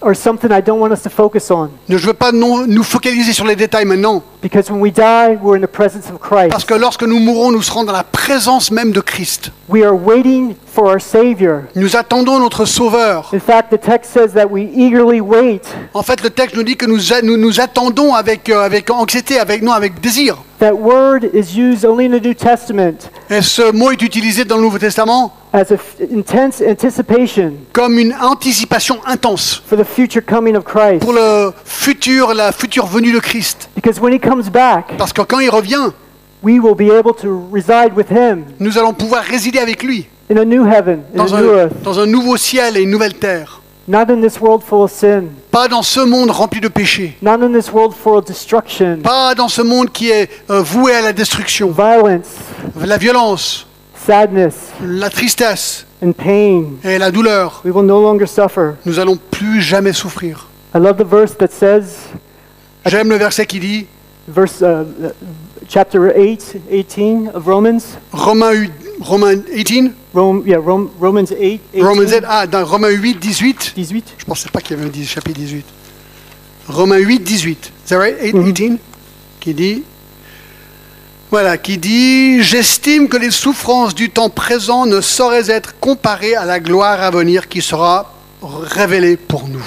S1: are something I don't want us to focus on,
S2: Je ne veux pas non- nous focaliser sur les détails maintenant,
S1: because when we die, we're in the presence of
S2: parce
S1: Christ.
S2: que lorsque nous mourrons, nous serons dans la présence même de Christ.
S1: We are waiting for our Savior.
S2: Nous attendons notre Sauveur.
S1: In fact, the text says that we eagerly wait,
S2: En fait, le texte nous dit que nous a- nous, nous attendons avec, euh, avec anxiété, avec, non, avec désir.
S1: That word is used only in the New Testament
S2: Et ce mot est utilisé dans le Nouveau Testament
S1: as an intense anticipation
S2: comme une anticipation intense
S1: for the future coming of Christ.
S2: pour le futur, la future venue de Christ.
S1: Because when he comes back,
S2: Parce que quand il revient,
S1: we will be able to reside with him
S2: nous allons pouvoir résider avec lui
S1: in a new heaven, in
S2: dans
S1: a new
S2: un,
S1: earth,
S2: dans un nouveau ciel et une nouvelle terre.
S1: not in this world full of sin,
S2: Pas dans ce monde rempli de péchés,
S1: not in this world full of destruction,
S2: pas dans ce monde qui est euh, voué à la destruction,
S1: violence,
S2: la violence,
S1: sadness,
S2: la tristesse
S1: and pain.
S2: et la douleur.
S1: We will no longer suffer.
S2: Nous allons plus jamais souffrir.
S1: I love the verse that says,
S2: J'aime le verset qui dit
S1: verse uh, chapter 8, 18 of Romans.
S2: Romains 8, Romains 18,
S1: Rome, yeah, Rome, Romans 8, 18.
S2: Romains 8, ah, dans Romains 8, 18.
S1: 18.
S2: Je pensais pas qu'il y avait un dix- chapitre 18. Romains 8, 18. Is that right? Eight- 18? Qui dit. Voilà, qui dit J'estime que les souffrances du temps présent ne sauraient être comparées à la gloire à venir qui sera révélée pour nous.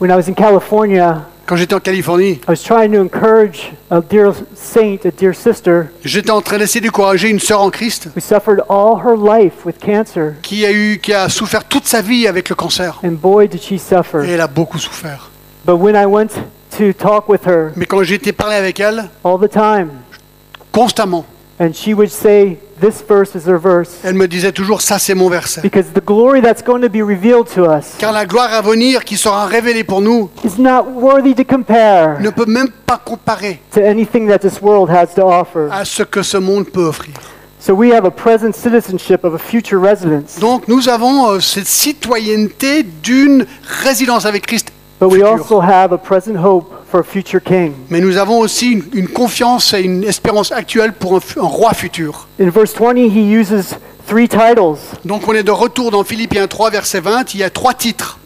S1: When I was in California,
S2: Quand j'étais en Californie,
S1: I was trying to encourage a dear saint, a dear sister,
S2: j'étais en train d'essayer de décourager une sœur en Christ
S1: who suffered all her life with cancer.
S2: qui a, eu, qui a souffert toute sa vie avec le cancer.
S1: And boy, did she
S2: Et
S1: suffer.
S2: elle a beaucoup souffert.
S1: But when I went to talk with her
S2: Mais quand j'étais parlé avec elle,
S1: all the time,
S2: constamment,
S1: and she would say, This verse is her verse.
S2: elle me disait toujours Ça, c'est mon verset.
S1: Because the glory that's going to be revealed to us
S2: Car la gloire à venir qui sera révélée pour nous
S1: is not worthy to compare
S2: ne peut même pas comparer
S1: to anything that this world has to offer.
S2: à ce que ce monde peut offrir.
S1: So we have a present citizenship of a future residence,
S2: Donc nous avons euh, cette citoyenneté d'une résidence avec Christ.
S1: but we
S2: future.
S1: also have a present hope for a future king.
S2: Mais nous avons aussi une, une confiance et une espérance actuelle pour un, fu- un roi futur.
S1: In verse 20, he uses three titles.
S2: Donc on est de retour dans Philippiens 3, verset 20. Il y a trois titres.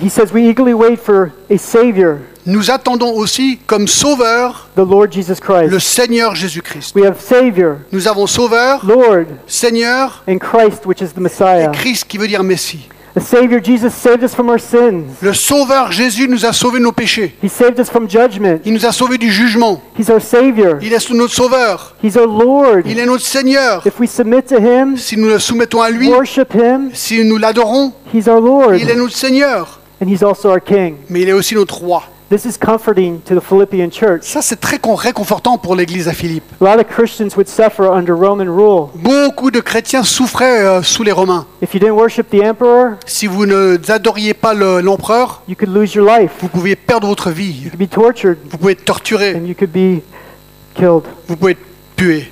S1: He says, We eagerly wait for a Savior,
S2: Nous attendons aussi comme sauveur
S1: the Lord Jesus
S2: le
S1: Christ.
S2: Seigneur Jésus-Christ.
S1: We have Savior,
S2: Nous avons sauveur,
S1: Lord,
S2: Seigneur
S1: and Christ, which is the
S2: et
S1: Messiah.
S2: Christ qui veut dire Messie.
S1: The Savior Jesus saved us from our sins.
S2: Le sauveur Jésus nous a sauvés de nos péchés.
S1: He saved us from judgment.
S2: Il nous a sauvés du jugement.
S1: He's our Savior.
S2: Il est notre sauveur.
S1: He's our Lord.
S2: Il est notre Seigneur.
S1: If we submit to Him,
S2: Si nous le soumettons à lui,
S1: worship Him,
S2: si nous l'adorons,
S1: He's our Lord,
S2: il est notre Seigneur.
S1: and He's also our King.
S2: Mais il est aussi notre roi.
S1: This is comforting to the Philippian church.
S2: Ça, c'est très con- réconfortant pour l'Église à Philippe.
S1: A lot of Christians would suffer under Roman rule.
S2: Beaucoup de chrétiens souffraient euh, sous les Romains.
S1: If you didn't worship the emperor,
S2: Si vous ne adoriez pas le- l'empereur,
S1: you could lose your life.
S2: vous pouviez perdre votre vie.
S1: You could be tortured
S2: Vous pouvez être torturé.
S1: and you could be killed.
S2: Vous pouvez être tué.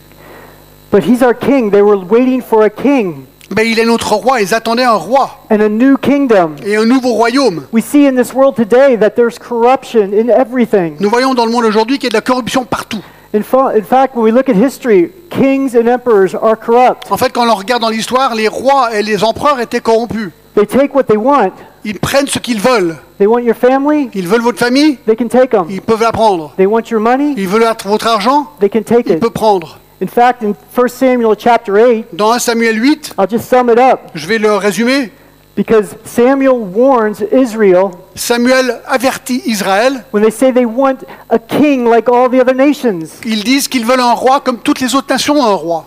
S1: But he's our king. They were waiting for a king
S2: Mais il est notre roi. Ils attendaient un roi
S1: and a new kingdom.
S2: et un nouveau royaume.
S1: We see in this world today that there's corruption in everything.
S2: Nous voyons dans le monde aujourd'hui qu'il y a de la corruption partout.
S1: In, fa- in fact, when we look at history, kings and emperors are corrupt.
S2: En fait, quand on regarde dans l'histoire, les rois et les empereurs étaient corrompus.
S1: They take what they want.
S2: Ils prennent ce qu'ils veulent.
S1: They want your family,
S2: Ils veulent votre famille,
S1: they can take them.
S2: ils peuvent la prendre.
S1: They want your money,
S2: Ils veulent votre argent,
S1: they can take
S2: ils
S1: it.
S2: peuvent prendre.
S1: In fact, in 1 Samuel chapter 8,
S2: Dans 1 Samuel 8,
S1: I'll just sum it up
S2: je vais le résumer.
S1: because Samuel warns Israel
S2: Samuel avertit Israël.
S1: when they say they want a king like all the other nations.
S2: Ils disent qu'ils veulent un roi comme toutes les autres nations ont un roi.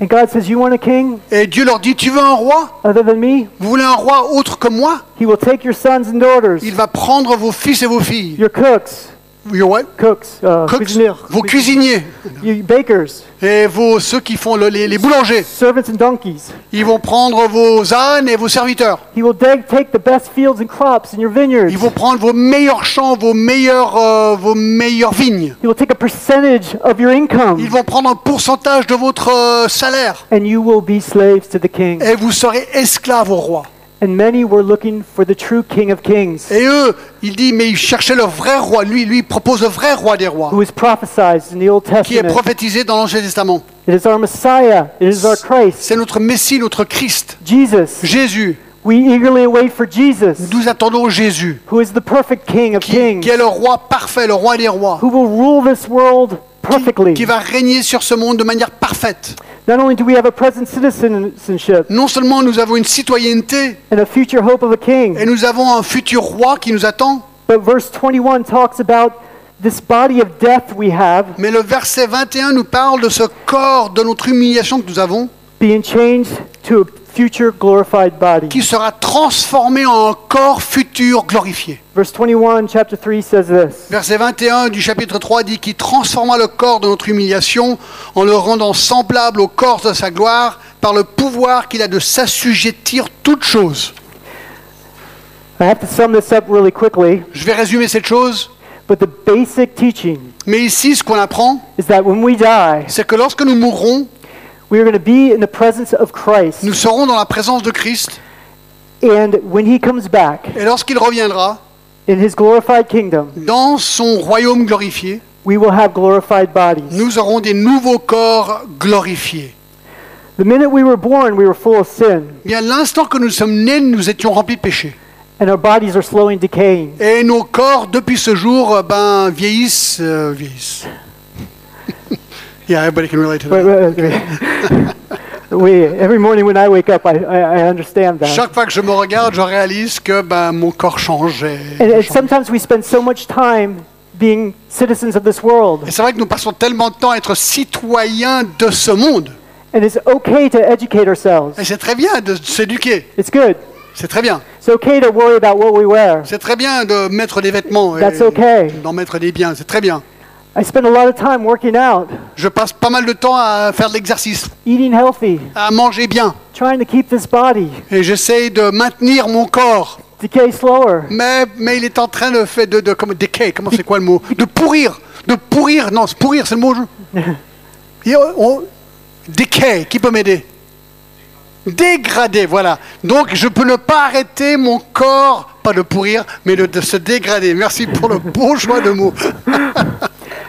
S1: And God says, You want a king
S2: Et Dieu leur dit, tu veux un roi
S1: other than me?
S2: Vous voulez un roi autre que moi
S1: He will take your sons and daughters,
S2: Il va prendre vos fils et vos filles.
S1: your cooks,
S2: Your what?
S1: cooks, uh,
S2: Cooks,
S1: cuisiniers,
S2: vos cuisiniers
S1: you- bakers,
S2: et vos, ceux qui font le- les, les boulangers.
S1: servants and donkeys.
S2: Ils vont prendre vos ânes et vos serviteurs.
S1: He will de- take the best fields and crops in your vineyards.
S2: Ils vont prendre vos meilleurs champs, vos meilleures, euh, vos meilleures vignes.
S1: He will take a percentage of your income,
S2: Ils vont prendre un pourcentage de votre euh, salaire.
S1: and you will be slaves to the king.
S2: Et vous serez esclaves au roi.
S1: And many were looking for the true King of Kings,
S2: Et eux, il dit, mais ils cherchaient le vrai roi. Lui, lui, il propose le vrai roi des rois,
S1: who is prophesied in the Old
S2: qui est
S1: Testament.
S2: prophétisé dans l'Ancien Testament.
S1: It is our Messiah. It is our Christ,
S2: C'est notre Messie, notre Christ,
S1: Jesus.
S2: Jésus.
S1: We eagerly await for Jesus,
S2: Nous attendons Jésus,
S1: who is the perfect King of
S2: qui, qui est
S1: Kings,
S2: le roi parfait, le roi des rois,
S1: who will rule this world perfectly.
S2: qui va régner sur ce monde de manière parfaite.
S1: Not only do we have a present citizenship
S2: Non seulement nous avons une citoyenneté,
S1: and a future hope of a
S2: et
S1: king,
S2: nous avons un futur roi qui nous attend,
S1: but verse 21 talks about this body of death we have
S2: mais le verset 21 nous parle de ce corps, de notre humiliation que nous avons,
S1: being changed to a future glorified body.
S2: qui sera transformé en un corps futur glorifié.
S1: Verse 21, chapter 3 says this.
S2: Verset 21 du chapitre 3 dit qu'il transforma le corps de notre humiliation en le rendant semblable au corps de sa gloire par le pouvoir qu'il a de s'assujettir toutes choses.
S1: I have to sum this up really quickly,
S2: Je vais résumer cette chose,
S1: but the basic teaching
S2: mais ici ce qu'on apprend,
S1: is that when we die,
S2: c'est que lorsque nous mourrons,
S1: we are going to be in the presence of Christ.
S2: nous serons dans la présence de Christ
S1: And when he comes back
S2: et lorsqu'il reviendra
S1: in his glorified kingdom,
S2: dans son royaume glorifié,
S1: we will have glorified bodies.
S2: nous aurons des nouveaux corps glorifiés.
S1: The minute we were born, we were full of sin,
S2: Bien, l'instant que nous sommes nés, nous étions remplis de péché.
S1: and our bodies are slowly decaying.
S2: Et nos corps, depuis ce jour, euh, ben, vieillissent. euh, vieillissent. yeah, everybody can relate to
S1: Wait,
S2: that.
S1: wait, wait, wait. We, every morning when I wake up, I, I, I understand that.
S2: Chaque fois que je me regarde, je réalise que ben, mon corps change. Et,
S1: And, and sometimes we spend so much time being citizens of this world.
S2: et c'est vrai que nous passons tellement de temps à être citoyens de ce monde.
S1: And it's okay to educate ourselves.
S2: Et c'est très bien de s'éduquer.
S1: It's good.
S2: C'est très bien.
S1: It's okay to worry about what we wear.
S2: C'est très bien de mettre des vêtements et
S1: That's okay.
S2: d'en mettre des biens. C'est très bien.
S1: I spend a lot of time working out,
S2: Je passe pas mal de temps à faire de l'exercice,
S1: eating healthy,
S2: à manger bien.
S1: trying to keep this body
S2: Et j'essaye de maintenir mon corps.
S1: decay slower.
S2: Mais, mais il est en train de faire de, de, comment- decay, comment c'est quoi le mot De pourrir. De pourrir. Non, c'est pourrir, c'est le mot. je- Et on- on- decay, qui peut m'aider Dégrader, voilà. Donc je peux ne pas arrêter mon corps, pas de pourrir, mais de, de se dégrader. Merci pour le bon choix de mots.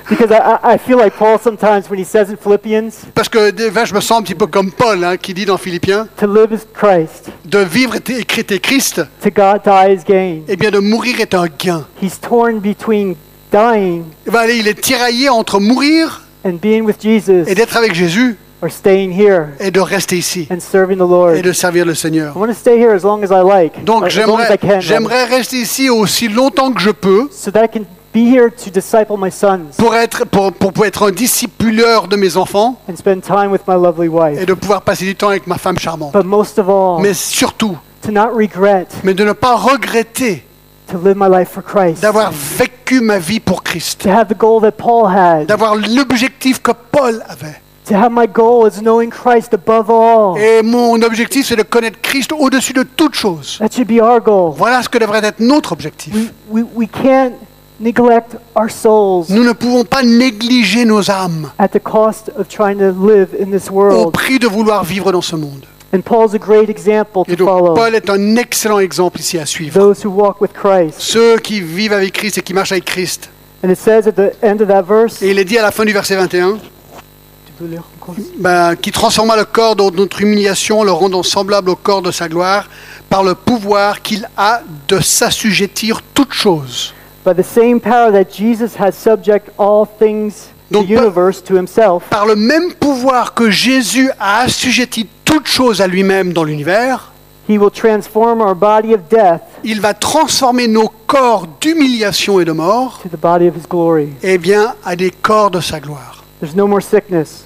S1: Because I, I- I feel like Paul sometimes when he says in Philippians,
S2: Parce que des fois, je me sens un petit peu comme Paul, hein, qui dit dans Philippiens,
S1: to live is Christ,
S2: de vivre est est- est Christ,
S1: to God die is gain.
S2: et bien de mourir est un gain.
S1: He's torn between dying
S2: Eh ben, allez, il est tiraillé entre mourir
S1: and being with Jesus
S2: et d'être avec Jésus
S1: or staying here
S2: et de rester ici
S1: and serving the
S2: et
S1: Lord.
S2: de servir le Seigneur.
S1: I want to stay here as long as I like,
S2: Donc
S1: or as long as I
S2: j'aimerais
S1: can, rather,
S2: j'aimerais rester ici aussi longtemps que je peux
S1: so that I can be here to disciple my sons
S2: pour être, pour, pour, pour être un discipuleur de mes enfants
S1: and spend time with my lovely
S2: et
S1: wife.
S2: de pouvoir passer du temps avec ma femme charmante.
S1: But most of all,
S2: Mais surtout,
S1: to not regret
S2: mais de ne pas regretter
S1: to live my life for Christ,
S2: d'avoir vécu ma vie pour Christ,
S1: to have the goal that Paul had,
S2: d'avoir l'objectif que Paul avait.
S1: to have my goal is knowing Christ above all.
S2: Et mon objectif, c'est de connaître Christ au-dessus de toute chose.
S1: That should be our goal.
S2: Voilà ce que devrait être notre objectif.
S1: We, we, we can't neglect our souls
S2: Nous ne pouvons pas négliger nos âmes
S1: at the cost of trying to live in this
S2: au
S1: world.
S2: prix de vouloir vivre dans ce monde.
S1: And Paul's a great example
S2: Et
S1: to
S2: donc,
S1: follow.
S2: Paul est un excellent exemple ici à suivre.
S1: Those who walk with Christ.
S2: Ceux qui vivent avec Christ et qui marchent avec Christ.
S1: And it says at the end of that verse,
S2: Et il est dit à la fin du verset 21, ben, qui transforma le corps de notre humiliation, le rendant semblable au corps de sa gloire, par le pouvoir qu'il a de s'assujettir toutes choses.
S1: by the same power that Jesus has subject all things, the
S2: Donc, Paul-
S1: universe, to himself,
S2: Par le même pouvoir que Jésus a assujetti toutes choses à lui-même dans l'univers,
S1: he will transform our body of death
S2: il va transformer nos corps d'humiliation et de mort,
S1: to the body of his glory.
S2: eh bien, à des corps de sa gloire.
S1: There's no more sickness,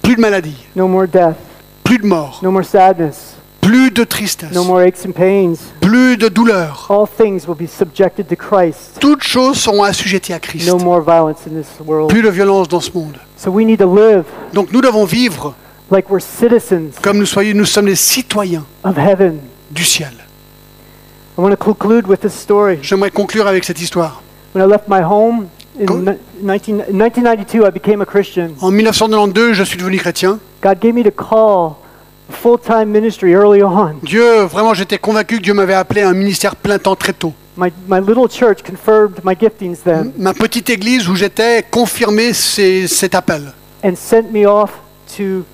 S2: Plus de maladie,
S1: no more death,
S2: plus de mort,
S1: no more sadness,
S2: plus de tristesse,
S1: no more aches and pains.
S2: plus de douleur.
S1: All things will be subjected to Christ.
S2: Toutes choses sont assujetties à Christ.
S1: no more violence in this world.
S2: Plus de violence dans ce monde.
S1: So we need to live
S2: Donc nous devons vivre
S1: like we're citizens
S2: comme nous, soyons, nous sommes les citoyens
S1: of heaven.
S2: du ciel.
S1: I want to conclude with this story.
S2: J'aimerais conclure avec cette histoire.
S1: When I left my home in
S2: Go-
S1: ni- 19, 1992, I became a Christian.
S2: En 1992, je suis devenu chrétien.
S1: God gave me the call, full time ministry early on.
S2: Dieu, vraiment, j'étais convaincu que Dieu m'avait appelé à un ministère plein temps très tôt.
S1: My, my little church confirmed my giftings then
S2: Ma petite église où j'étais confirmait ces- cet appel.
S1: and sent me off to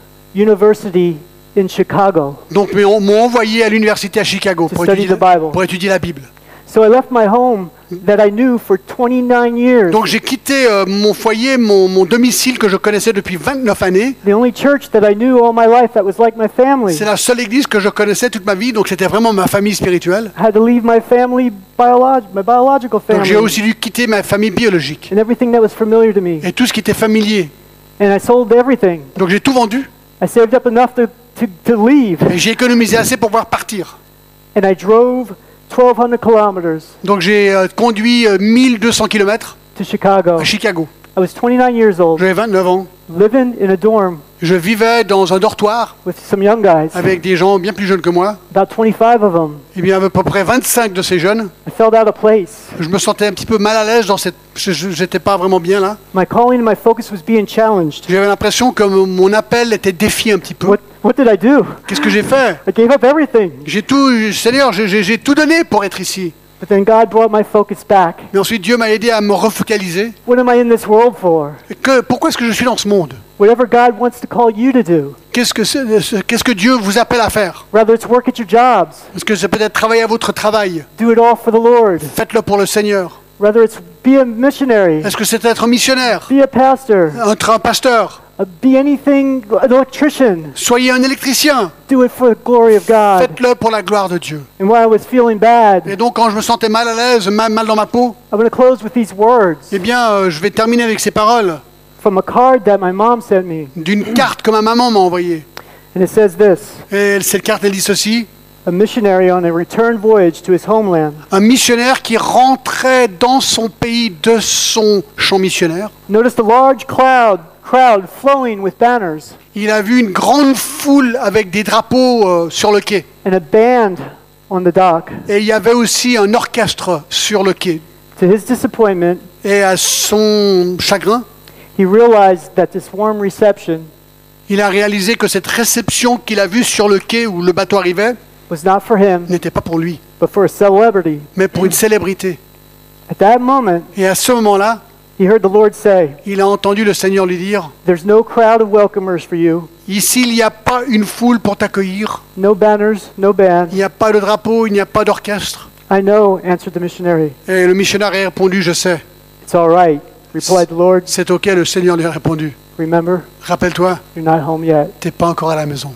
S1: university in Chicago.
S2: Donc mais on m'ont envoyé à l'université à Chicago
S1: To
S2: pour
S1: study
S2: étudier,
S1: the Bible.
S2: pour étudier la Bible.
S1: So I left my home that I knew for 29 years.
S2: Donc j'ai quitté euh, mon foyer, mon, mon domicile que je connaissais depuis 29 années.
S1: The only church that I knew all my life that was like my family.
S2: C'est la seule église que je connaissais toute ma vie, donc c'était vraiment ma famille spirituelle.
S1: I had to leave my family, biolog- my biological
S2: Donc
S1: family,
S2: j'ai aussi dû quitter ma famille biologique
S1: and everything that was familiar to me.
S2: et tout ce qui était familier.
S1: And I sold everything.
S2: Donc j'ai tout vendu
S1: I saved up enough to, to, to leave,
S2: et j'ai économisé assez pour pouvoir partir.
S1: and I drove 1,200 kilometers
S2: Donc j'ai euh, conduit euh, 1200 km
S1: to Chicago.
S2: à Chicago.
S1: I was 29 years old,
S2: J'avais 29 ans.
S1: living in a dorm
S2: Je vivais dans un dortoir
S1: with some young guys,
S2: avec des gens bien plus jeunes que moi.
S1: about 25 of them.
S2: Et bien à peu près 25 de ces jeunes.
S1: I felt out of place.
S2: Je me sentais un petit peu mal à l'aise dans cette... je- je- J'étais pas vraiment bien là.
S1: My calling and my focus was being challenged.
S2: J'avais l'impression que mon mon appel était défié un petit peu.
S1: What, what did I do?
S2: Qu'est-ce que j'ai fait
S1: I gave up everything.
S2: J'ai tout... Seigneur, j'ai- j'ai j'ai tout donné pour être ici.
S1: But then God brought my focus back.
S2: Mais ensuite, Dieu m'a aidé à me refocaliser.
S1: What am I in this world for?
S2: Que, pourquoi est-ce que je suis dans ce monde
S1: Whatever God wants to call you to do,
S2: Qu'est-ce que, c'est- c'est- qu'est-ce que Dieu vous appelle à faire
S1: whether it's work at your jobs,
S2: Est-ce que c'est peut-être travailler à votre travail
S1: do it all for the Lord.
S2: Faites-le pour le Seigneur.
S1: Whether it's be a missionary,
S2: Est-ce que c'est être missionnaire
S1: be a pastor,
S2: Être un pasteur
S1: Uh, Be anything, an electrician,
S2: Soyez un électricien.
S1: do it for the glory of God.
S2: Faites-le pour la gloire de Dieu.
S1: And while I was feeling bad,
S2: Et donc, quand je me sentais mal à l'aise, mal, mal dans ma peau,
S1: I'm going to close with these words
S2: eh bien, euh, je vais terminer avec ces paroles
S1: from a card that my mom sent me.
S2: d'une carte que ma maman m'a envoyée.
S1: And it says this
S2: Et cette carte, elle dit ceci.
S1: A missionary on a return voyage to his homeland
S2: Un missionnaire qui rentrait dans son pays de son champ missionnaire.
S1: noticed a large cloud, crowd flowing with banners
S2: Il a vu une grande foule avec des drapeaux euh, sur le quai.
S1: and a band on the dock.
S2: Et il y avait aussi un orchestre sur le quai.
S1: To his disappointment,
S2: Et à son chagrin,
S1: he realized that this warm reception
S2: il a réalisé que cette réception qu'il a vue sur le quai où le bateau arrivait
S1: was not for him,
S2: n'était pas pour lui,
S1: but for a celebrity.
S2: mais pour une célébrité.
S1: At that moment,
S2: Et à ce moment-là,
S1: he heard the Lord say,
S2: il a entendu le Seigneur lui dire,
S1: There's no crowd of welcomers for you,
S2: Ici, il n'y a pas une foule pour t'accueillir,
S1: no banners, no
S2: il
S1: band.
S2: n'y a pas de drapeau, il n'y a pas d'orchestre.
S1: I know, answered the missionary.
S2: Et le missionnaire a répondu, je sais.
S1: It's all right, replied the Lord.
S2: C'est ok, le Seigneur lui a répondu.
S1: Remember,
S2: Rappelle-toi,
S1: you're not home yet.
S2: t'es pas encore à la maison.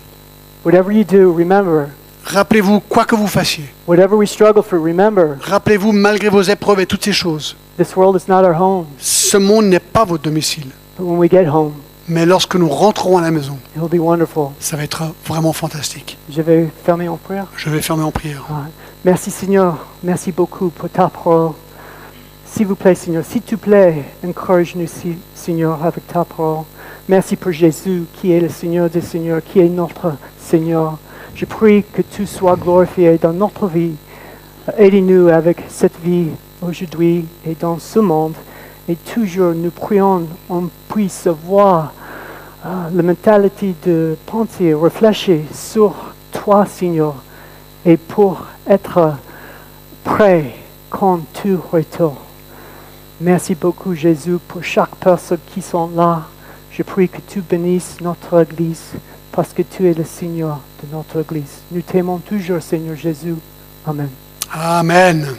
S1: Whatever you do, remember.
S2: Rappelez-vous, quoi que vous fassiez,
S1: Whatever we struggle for, remember,
S2: rappelez-vous, malgré vos épreuves et toutes ces choses,
S1: this world is not our home.
S2: ce monde n'est pas votre domicile.
S1: But when we get home,
S2: Mais lorsque nous rentrons à la maison,
S1: it will be wonderful.
S2: ça va être vraiment fantastique.
S1: Je vais fermer en prière.
S2: Je vais fermer en prière.
S1: Ah, Merci Seigneur, merci beaucoup pour ta parole. S'il vous plaît Seigneur, s'il te plaît, encourage-nous Si- Seigneur avec ta parole. Merci pour Jésus qui est le Seigneur des Seigneurs, qui est notre Seigneur. Je prie que tu sois glorifié dans notre vie. Aide-nous avec cette vie aujourd'hui et dans ce monde. Et toujours nous prions, on puisse voir ah, la mentalité de penser, réfléchir sur toi Seigneur et pour être prêt quand tu retournes. Merci beaucoup Jésus pour chaque personne qui sont là. Je prie que tu bénisses notre Église parce que tu es le Seigneur de notre Église. Nous t'aimons toujours Seigneur Jésus. Amen.
S2: Amen.